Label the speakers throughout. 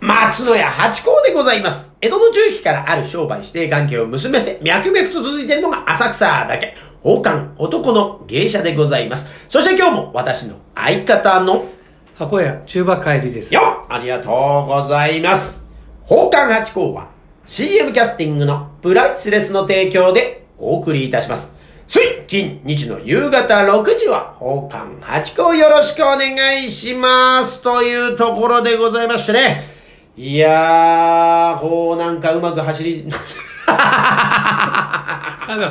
Speaker 1: 松野屋八甲でございます。江戸の中期からある商売指定関係を結びまして、脈々と続いているのが浅草だけ、宝冠男の芸者でございます。そして今日も私の相方の、
Speaker 2: 箱屋中馬帰りです。
Speaker 1: よありがとうございます。宝冠八甲は CM キャスティングのプライスレスの提供でお送りいたします。つい近日の夕方6時は宝冠八甲よろしくお願いします。というところでございましてね。いやー、こうなんかうまく走り、
Speaker 2: あの、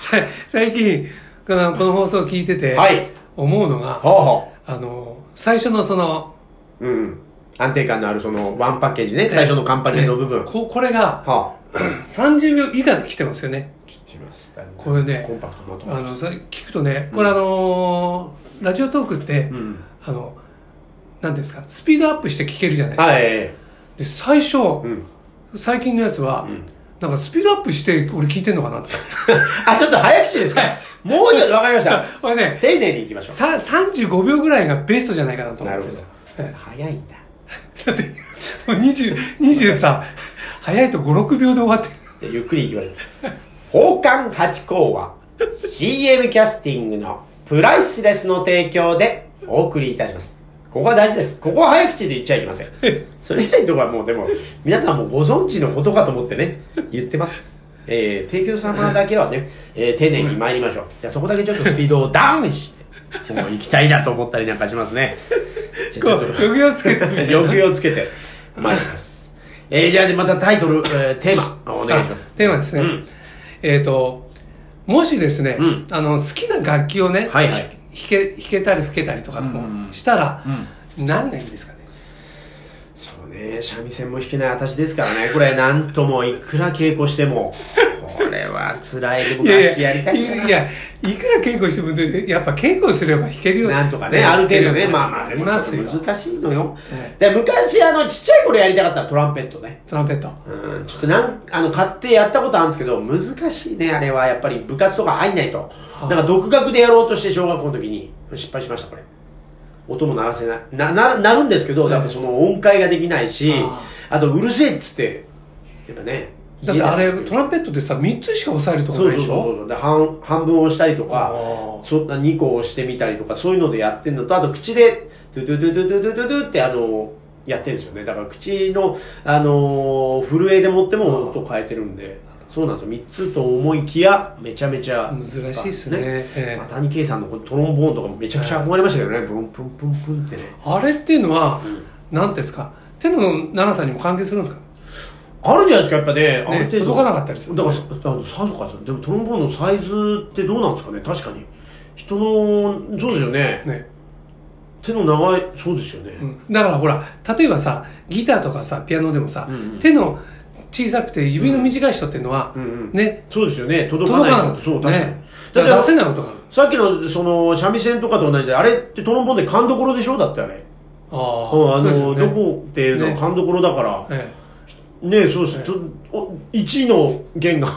Speaker 2: さ最近、このこの放送を聞いてて、
Speaker 1: はい
Speaker 2: 思うのが、
Speaker 1: ほうほ
Speaker 2: あの、最初のその、
Speaker 1: う。うん。安定感のあるそのワンパッケージね。最初のカンパネの部分。は
Speaker 2: ここれが
Speaker 1: あ。
Speaker 2: 30秒以下で来てますよね。
Speaker 1: 切ってみます。
Speaker 2: これね
Speaker 1: コンパクトまとま
Speaker 2: あ
Speaker 1: って
Speaker 2: の、それ聞くとね、これあのーラジオトークって、
Speaker 1: うん。
Speaker 2: あの、なんていうんですか、スピードアップして聞けるじゃないですか。
Speaker 1: はい。
Speaker 2: で、最初、
Speaker 1: うん。
Speaker 2: 最近のやつは、なんかスピードアップして俺聞いてんのかなと。
Speaker 1: あ、ちょっと早口ですか、もうちょっと、わかりました。
Speaker 2: これね、
Speaker 1: 丁寧に行きましょ
Speaker 2: さ35秒ぐらいがベストじゃないかなと
Speaker 1: う。
Speaker 2: 思
Speaker 1: な
Speaker 2: っ
Speaker 1: る
Speaker 2: て
Speaker 1: ほ
Speaker 2: ま
Speaker 1: ど
Speaker 2: す。え。
Speaker 1: 早いんだ。
Speaker 2: えだって、もう20、20さ、早いと5、6秒で終わってる。
Speaker 1: でゆっくり行きましょう。宝冠八甲は CM キャスティングのプライスレスの提供でお送りいたします。ここは大事です。ここは早口で言っちゃいけません。それ以外のとこはもうでも、皆さんもご存知のことかと思ってね、言ってます。えー、提供様だけはね、えー丁寧に参りましょう。じゃあそこだけちょっとスピードをダウンして、もう行きたいなと思ったりなんかしますね。じゃあちょっと
Speaker 2: こう、曲をつけたみたい な。
Speaker 1: 抑揚をつけて参ります。えー、じゃあまたタイトル、えーテーマ、お願いします
Speaker 2: あ。テーマですね。
Speaker 1: うん
Speaker 2: えっ、と、もしですね、
Speaker 1: うん
Speaker 2: あの、好きな楽器をね、
Speaker 1: はいはい
Speaker 2: ひ弾け、弾けたり吹けたりとかもしたら、何がいいんですかね。
Speaker 1: そうね、三味線も弾けない私ですからね、これなんともいくら稽古しても、これは辛い。でも
Speaker 2: いや
Speaker 1: 楽
Speaker 2: い
Speaker 1: 器や
Speaker 2: や、
Speaker 1: りたい
Speaker 2: いや、いくら稽古してもね、やっぱ稽古すれば弾けるよ
Speaker 1: なんとかね、ある程度ね、まあまあ、
Speaker 2: あ
Speaker 1: で
Speaker 2: り
Speaker 1: もちょ
Speaker 2: ま
Speaker 1: っ
Speaker 2: すよ。
Speaker 1: と難しいのよ
Speaker 2: え。
Speaker 1: で昔、あの、ちっちゃい頃やりたかったトランペットね。
Speaker 2: トランペット。
Speaker 1: うん、ちょっとなん、あの、買ってやったことあるんですけど、難しいね、あれは。やっぱり部活とか入んないと。
Speaker 2: あ
Speaker 1: なんか独学でやろうとして小学校の時に、失敗しました、これ。音も鳴らせない。な、な、なるんですけど、だってその音階ができないし
Speaker 2: あ、
Speaker 1: あと、うるせえっつって、やっぱね。
Speaker 2: だってあれ、ト
Speaker 1: ン
Speaker 2: ランペットってさ、3つしか押さえるとこ
Speaker 1: そう
Speaker 2: な
Speaker 1: そ
Speaker 2: いうで
Speaker 1: そう
Speaker 2: しょ
Speaker 1: そう。で、半、半分押したりと
Speaker 2: あ
Speaker 1: か、そんな2個押してみたりとか、そういうのでやってんのと、あと口で、ドゥドゥドゥドゥドゥドゥドゥドゥってあの、やってるんですよね。だから口の、あのー震えで持っても音変えてるんで、そうなんですよ。3つと思いきや、めちゃめちゃ、
Speaker 2: 難しいっすね。。え
Speaker 1: まあ、谷圭さんのこのトロンボーンとかもめちゃくちゃ憧れましたけどね、ブルンプンプンプンってね。
Speaker 2: えあれっていうのは、なんていうんですか、手の長さにも関係するんですか
Speaker 1: あるじゃないですか、やっぱね、ある
Speaker 2: ね、
Speaker 1: 程度
Speaker 2: 届かなかったりする。
Speaker 1: だからさ、だからサイズかでもトロンボーンのサイズってどうなんですかね、確かに。人の、そうですよね。
Speaker 2: ね。
Speaker 1: 手の長い、そうですよね。
Speaker 2: うんだからほら、例えばさ、ギターとかさ、ピアノでもさ、
Speaker 1: うんうん
Speaker 2: 手の小さくて指の短い人っていうのは、
Speaker 1: うんうん
Speaker 2: ね、
Speaker 1: そうですよね。届か
Speaker 2: 届
Speaker 1: ない
Speaker 2: かなかった。
Speaker 1: そう、確かに。
Speaker 2: ね
Speaker 1: だ
Speaker 2: だ
Speaker 1: って
Speaker 2: から出せない音がある。
Speaker 1: さっきの、その、三味線とかと同じで、あれってトロンボーンで勘どころでしょだってあれ。う
Speaker 2: あ
Speaker 1: ん、あ
Speaker 2: そうです
Speaker 1: の、
Speaker 2: よね
Speaker 1: どこっていうのは
Speaker 2: ね
Speaker 1: 勘どころだから。
Speaker 2: え
Speaker 1: ねそうです。とお1の弦が、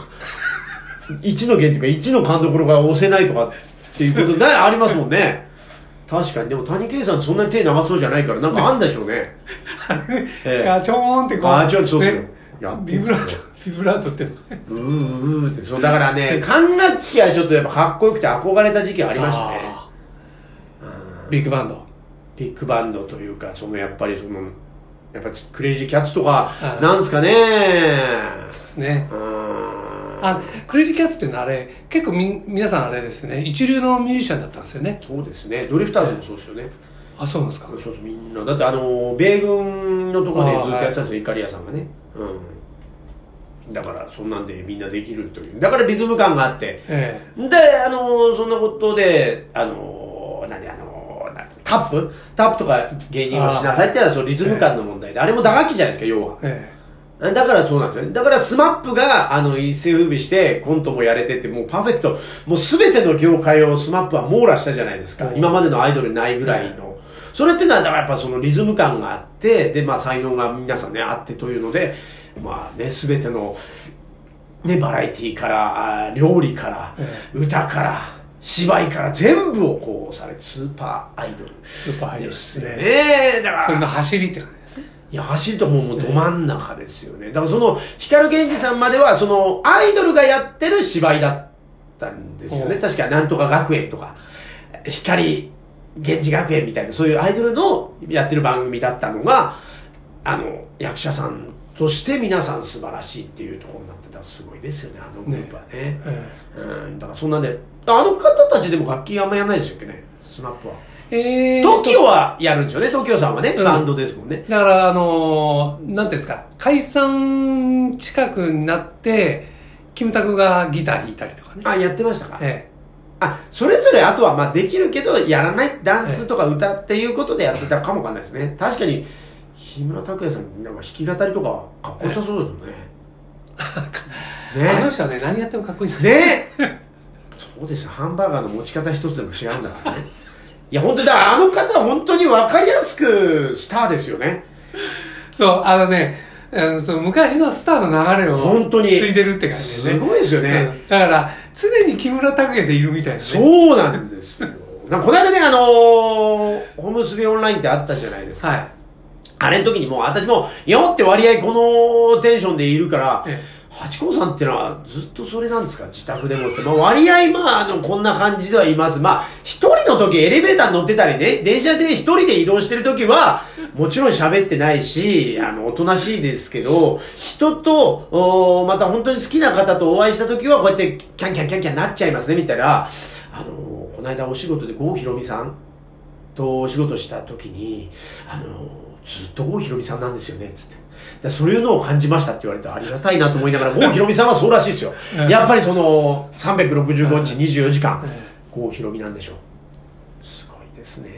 Speaker 1: 1の弦っていうか、1の勘どころが押せないとかっていうことね、ありますもんね。確かに。でも、谷圭さんそんなに手長そうじゃないから、なんかあるんでしょう ね。え
Speaker 2: え
Speaker 1: え
Speaker 2: ガチョーンってこう。
Speaker 1: ガチョーンってそうですよ
Speaker 2: ね
Speaker 1: やってる
Speaker 2: ビブラート、ビブラートっていうの。
Speaker 1: うーんうーんって。そう、だから ね、管楽器はちょっとやっぱかっこよくて憧れた時期ありましたね。
Speaker 2: あービッグバンド。
Speaker 1: ビッグバンドというか、そのやっぱりその、やっぱクレイジーキャッツとか
Speaker 2: は、い
Speaker 1: なんすかね
Speaker 2: ですね
Speaker 1: う。ーん。
Speaker 2: あクレイジーキャッツっていうのはあれ、結構み、皆さんあれですよね、一流のミュージシャンだったんですよね。
Speaker 1: そうですね。ドリフターズもそうですよね。
Speaker 2: あ、そうなんですか
Speaker 1: そう。そう、みんな。だってあの、米軍のところでずっとやってたんですよ、イカリアさんがね。うん。だから、そんなんでみんなできるという。だからリズム感があって。
Speaker 2: ええ。
Speaker 1: で、あのそんなことで、あの何、あのなんてタップタップとか芸人はしなさいってのは、そのリズム感の問題で、あれも打楽器じゃないですか、要は。
Speaker 2: え
Speaker 1: だからそうなんですよね。だからスマップが、あの、一世風靡して、コントもやれてて、もうパーフェクト、もうすべての業界をスマップは網羅したじゃないですか。
Speaker 2: うん
Speaker 1: 今までのアイドルにないぐらいの。それってのは、だからやっぱそのリズム感があって、で、まあ才能が皆さんね、あってというので、まあね、すべての、ね、バラエティから、あー料理から、歌から、芝居から、全部をこうされて、スーパーアイドル
Speaker 2: え。スーパーハイド
Speaker 1: で
Speaker 2: ルですす
Speaker 1: よ
Speaker 2: ね。
Speaker 1: ね。だから
Speaker 2: それの走りって感じですね。
Speaker 1: いいや、走るともうもうど真ん中ですよね。だからその、光源氏さんまでは、その、アイドルがやってる芝居だったんですよね。
Speaker 2: うん
Speaker 1: 確か、なんとか学園とか、光源氏学園みたいな、そういうアイドルのやってる番組だったのが、あの、役者さんとして皆さん素晴らしいっていうところになってたらすごいですよね、あのグループはね。
Speaker 2: え
Speaker 1: うん、だからそんなね、あの方たちでも楽器あんまやらないでしたっけね、スナップは。
Speaker 2: えええ
Speaker 1: 東京はやるんですよね、東京さんはね、
Speaker 2: うん
Speaker 1: バンドですもんね。
Speaker 2: だから、あのーなんていうんですか、解散近くになって、キムタクがギター弾いたりとかね。
Speaker 1: あ、やってましたか。
Speaker 2: え
Speaker 1: あ、それぞれあとはまあできるけど、やらない、ダンスとか歌っていうことでやってたかもわかんないですね。確かに、木村拓哉さん、なんか弾き語りとか、かっこよさそうです
Speaker 2: え
Speaker 1: よね。
Speaker 2: あの
Speaker 1: ね。
Speaker 2: 人はね、何やってもかっこいいんです
Speaker 1: ねそうですよハンバーガーの持ち方一つでも違うんだからねいや本当にだからあの方は本当に分かりやすくスターですよね
Speaker 2: そう、あのね、あのそう昔のスターの流れを
Speaker 1: 本当に
Speaker 2: 継いでるって感じで
Speaker 1: す
Speaker 2: ね。
Speaker 1: ごいですよね、
Speaker 2: うんだから、常に木村拓哉でいるみたいなね。
Speaker 1: そうなんですよなんかこの間ねあのー、おむすびオンラインってあったじゃないですか、
Speaker 2: はい。
Speaker 1: あれの時にもう私も「よ」って割合このテンションでいるから、
Speaker 2: え
Speaker 1: ハチ公さんってのはずっとそれなんですか自宅でもって。まあ割合まあ、あの、こんな感じではいます。まあ、一人の時エレベーターに乗ってたりね、電車で一人で移動してる時は、もちろん喋ってないし、あの、おとなしいですけど、人と、おーまた本当に好きな方とお会いした時は、こうやってキャンキャンキャンキャンなっちゃいますね、みたいな。あの、この間お仕事で郷ひろみさんとお仕事した時に、あの、ずっと郷ひろみさんなんですよね、つって。でそういうのを感じましたって言われてありがたいなと思い ながら、郷ひろみさんはそうらしいですよ
Speaker 2: う。ん
Speaker 1: やっぱりその、365日24時間
Speaker 2: え、
Speaker 1: 郷ひろみなんでしょう。すごいですね。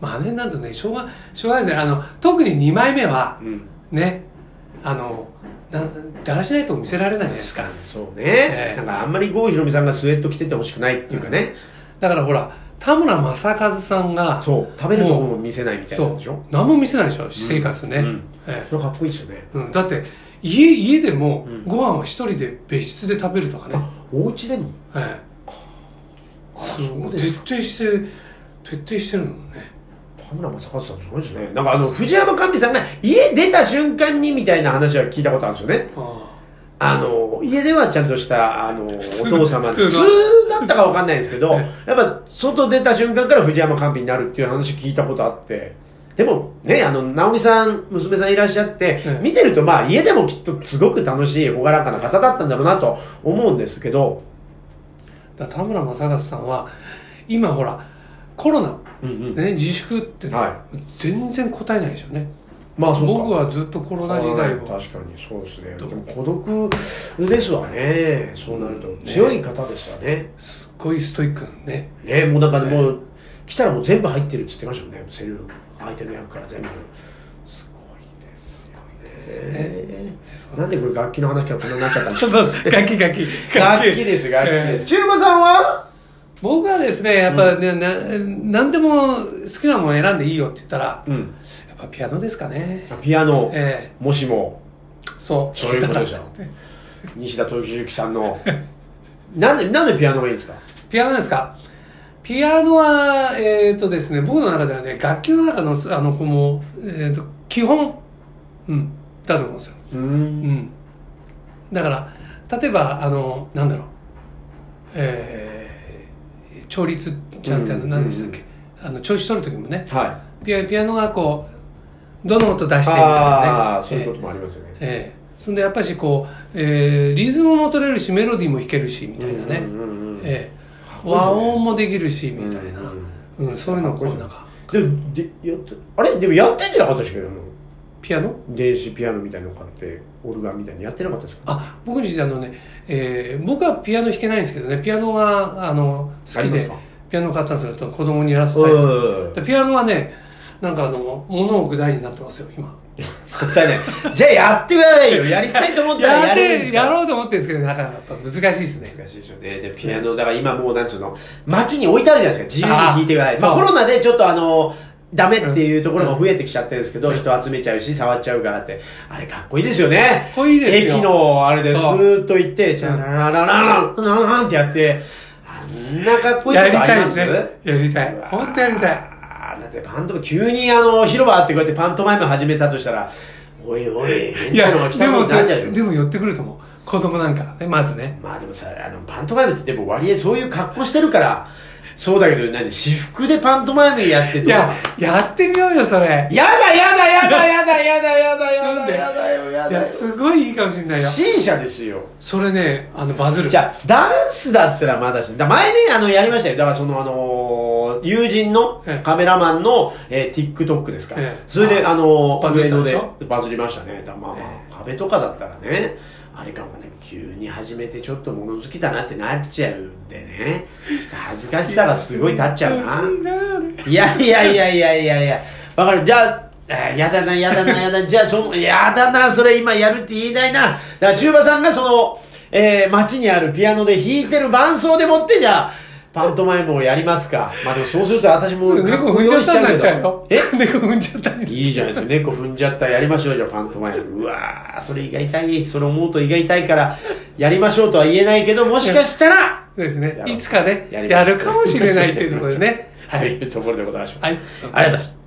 Speaker 2: まあ、あれなんとね、しょうが、しょうがないですね。あの、特に2枚目は
Speaker 1: う、ん。
Speaker 2: ね、あの、なんだらしないとこ見せられないじゃないですか。
Speaker 1: そうね
Speaker 2: え。え
Speaker 1: なんかあんまり郷ひろみさんがスウェット着ててほしくないっていうかね。
Speaker 2: だからほら、田村正和さんが、
Speaker 1: そう。食べるとこも見せないみたいなんでしょ。
Speaker 2: 何も見せないでしょ、私生活ね。
Speaker 1: うん
Speaker 2: ええ
Speaker 1: それかっこいいですよね。
Speaker 2: うんだって、家、家でも
Speaker 1: うん、
Speaker 2: ご飯は一人で別室で食べるとかね。
Speaker 1: あ、お家でも。
Speaker 2: ええ、
Speaker 1: あ
Speaker 2: そ
Speaker 1: そう
Speaker 2: う
Speaker 1: です
Speaker 2: 徹
Speaker 1: か
Speaker 2: 底して徹底してるのね
Speaker 1: 田村正和さんすごいですね。なんかあの、藤山寛美さんが家出た瞬間にみたいな話は聞いたことあるんですよね。
Speaker 2: あ
Speaker 1: あの、家ではちゃんとした、あの、お
Speaker 2: 通の
Speaker 1: 父様で普
Speaker 2: 普通の
Speaker 1: 通だったかわかんないですけど、
Speaker 2: は
Speaker 1: や
Speaker 2: い
Speaker 1: っぱ、外出た瞬間から藤山寛美になるっていう話聞いたことあって、でもね、あの、直美さん、娘さんいらっしゃって、
Speaker 2: うん
Speaker 1: 見てるとまあ、家でもきっとすごく楽しい、朗らかな方だったんだろうなと思うんですけど、
Speaker 2: あだから田村正和さんは今ほらコロナ、
Speaker 1: うんうん。
Speaker 2: ね、自粛って、
Speaker 1: は
Speaker 2: 全然答えないでしょうね
Speaker 1: まあ、そうか。
Speaker 2: 僕はずっとコロナ時代
Speaker 1: 確
Speaker 2: を
Speaker 1: かにそうですね。で
Speaker 2: ど
Speaker 1: も孤独ですわね。そうなると。
Speaker 2: うんね
Speaker 1: 強い方ですわね。
Speaker 2: すっごいストイックなのね
Speaker 1: ねもうなんかねもう来たらもう全部入ってるって言ってましたもんねセル相手の役から全部すごいですよねなんでこれ楽器の話からこんなになっちゃったんですか
Speaker 2: そう楽器楽器
Speaker 1: 楽器です楽器です中馬さんは
Speaker 2: 僕はですねやっぱ、ねな何でも好きなもの選んでいいよって言ったら
Speaker 1: うん
Speaker 2: やっぱピアノですかね
Speaker 1: ピアノ
Speaker 2: え
Speaker 1: もしも
Speaker 2: えそう
Speaker 1: そういうことでしょ西田敏行さんのなんでなんでピアノがいいんですか
Speaker 2: ピアノですかピアノは、えっ、とですね、僕の中ではね、楽器の中の、すあの、この、えっ、と、基本、うん、だと思うんですよ。
Speaker 1: う
Speaker 2: うんん。だから、例えば、あの、なんだろう、えー、調律ちゃんってあの
Speaker 1: うん
Speaker 2: 何でしたっけ、あの、調子取る時もね、
Speaker 1: はい
Speaker 2: ピアピアノがこう、どの音出してみたい
Speaker 1: あ
Speaker 2: な
Speaker 1: あ
Speaker 2: ね。
Speaker 1: そういうこともありますよね
Speaker 2: えーえーそんで、やっぱしこう、えー、リズムも取れるし、メロディーも弾けるし、みたいなね。
Speaker 1: うんうんうん
Speaker 2: え
Speaker 1: かっこ
Speaker 2: え、
Speaker 1: いいですね
Speaker 2: 和音もできるしみたいな、
Speaker 1: うん
Speaker 2: うんそういうのを
Speaker 1: か
Speaker 2: こ
Speaker 1: っこいいうです
Speaker 2: なんか
Speaker 1: でもでやってあれでもやってんじゃなかったでしたっけども
Speaker 2: ピアノ
Speaker 1: 電子ピアノみたいなの買ってオルガンみたいにやってなかったですか
Speaker 2: あ僕自身あのね、えー僕はピアノ弾けないんですけどねピアノがあの好
Speaker 1: あり
Speaker 2: き
Speaker 1: ます
Speaker 2: で
Speaker 1: か
Speaker 2: ピアノ買ったんですよ子供にやらせたい
Speaker 1: うん
Speaker 2: でピアノはねなんかあの物を具体になってますよ今
Speaker 1: 絶対ねじゃあやってくださいよやりたいと思ったらや
Speaker 2: や
Speaker 1: れるんで
Speaker 2: っ
Speaker 1: す
Speaker 2: てや
Speaker 1: から
Speaker 2: ろうと思ってるんですけどなかなかやっぱ難しいですね
Speaker 1: 難しいですよねでピアノだから今もうなんつうの街に置いてあるじゃないですか自由に弾いてください
Speaker 2: あー
Speaker 1: まあ、
Speaker 2: そ
Speaker 1: コロ
Speaker 2: う
Speaker 1: ナでちょっとあのダメっていうところが増えてきちゃってるんですけど、人集めちゃうし、触っちゃうからって。あれかっこいいですよね。か
Speaker 2: っこいいですよ
Speaker 1: 駅の、あれで、ス
Speaker 2: そう
Speaker 1: ーッと行って、チャラララララララランってやって、あんなかっこいいことあります
Speaker 2: やりたいねやりたい本当やりたい
Speaker 1: あーだってパントマイム、急にあの、広場あってこうやってパントマイム始めたとしたら、おいおい、変
Speaker 2: い
Speaker 1: なのが
Speaker 2: や
Speaker 1: 来
Speaker 2: で
Speaker 1: たの
Speaker 2: も
Speaker 1: にな
Speaker 2: さ
Speaker 1: っちゃうでし
Speaker 2: で
Speaker 1: ょ。
Speaker 2: も寄ってくると思う子供なんからねまずね
Speaker 1: まあでもさ、あの、パントマイムってでも割合そういう格好してるから、そうだけど、何、私服でパントマイムやってて
Speaker 2: い
Speaker 1: も、
Speaker 2: ややってみようよそれ
Speaker 1: やだやだやだやだやだやだや
Speaker 2: なん
Speaker 1: だ
Speaker 2: で
Speaker 1: やだよや
Speaker 2: い
Speaker 1: だ
Speaker 2: や
Speaker 1: よ。
Speaker 2: すごいいいかもしんないよ
Speaker 1: 不審者ですよ。
Speaker 2: それねあのバズる
Speaker 1: じゃあ、ダンスだったらまだし、だ前ね、あの、やりましたよ。だからその、あのー友人の
Speaker 2: ええ
Speaker 1: カメラマンの、えー、TikTok ですか。
Speaker 2: ええ
Speaker 1: それで、あのー
Speaker 2: バズったんでしょ
Speaker 1: 上野バズりましたね。だまあまあ、壁とかだったらね、あれかもね、急に始めてちょっと物好きだなってなっちゃうんでね、恥ずかしさがすごい立っちゃうな。
Speaker 2: 楽しいなあれ
Speaker 1: いやいやいやいやいやいや。わかる。じゃあ、あやだな、やだな、やだな。じゃあ、その、やだな、それ今やるって言えないな。だから、中馬さんがその、えー、街にあるピアノで弾いてる伴奏でもって、じゃあ、パントマイムをやりますか。まあでもそうすると私も
Speaker 2: 猫踏んじゃったになっちゃうよ。
Speaker 1: え
Speaker 2: 猫踏んじゃったになっちゃう
Speaker 1: いいじゃないですか。猫踏んじゃった、やりましょう、じゃあパントマイム。うわー、それ胃が痛い。それ思うと胃が痛いから、やりましょうとは言えないけど、もしかしたら、
Speaker 2: そうですね
Speaker 1: や。ろう
Speaker 2: いつかね、
Speaker 1: や
Speaker 2: や
Speaker 1: りましょう
Speaker 2: るかもしれないということでね。
Speaker 1: というところでございましょう。
Speaker 2: はい。
Speaker 1: ありがとうございました。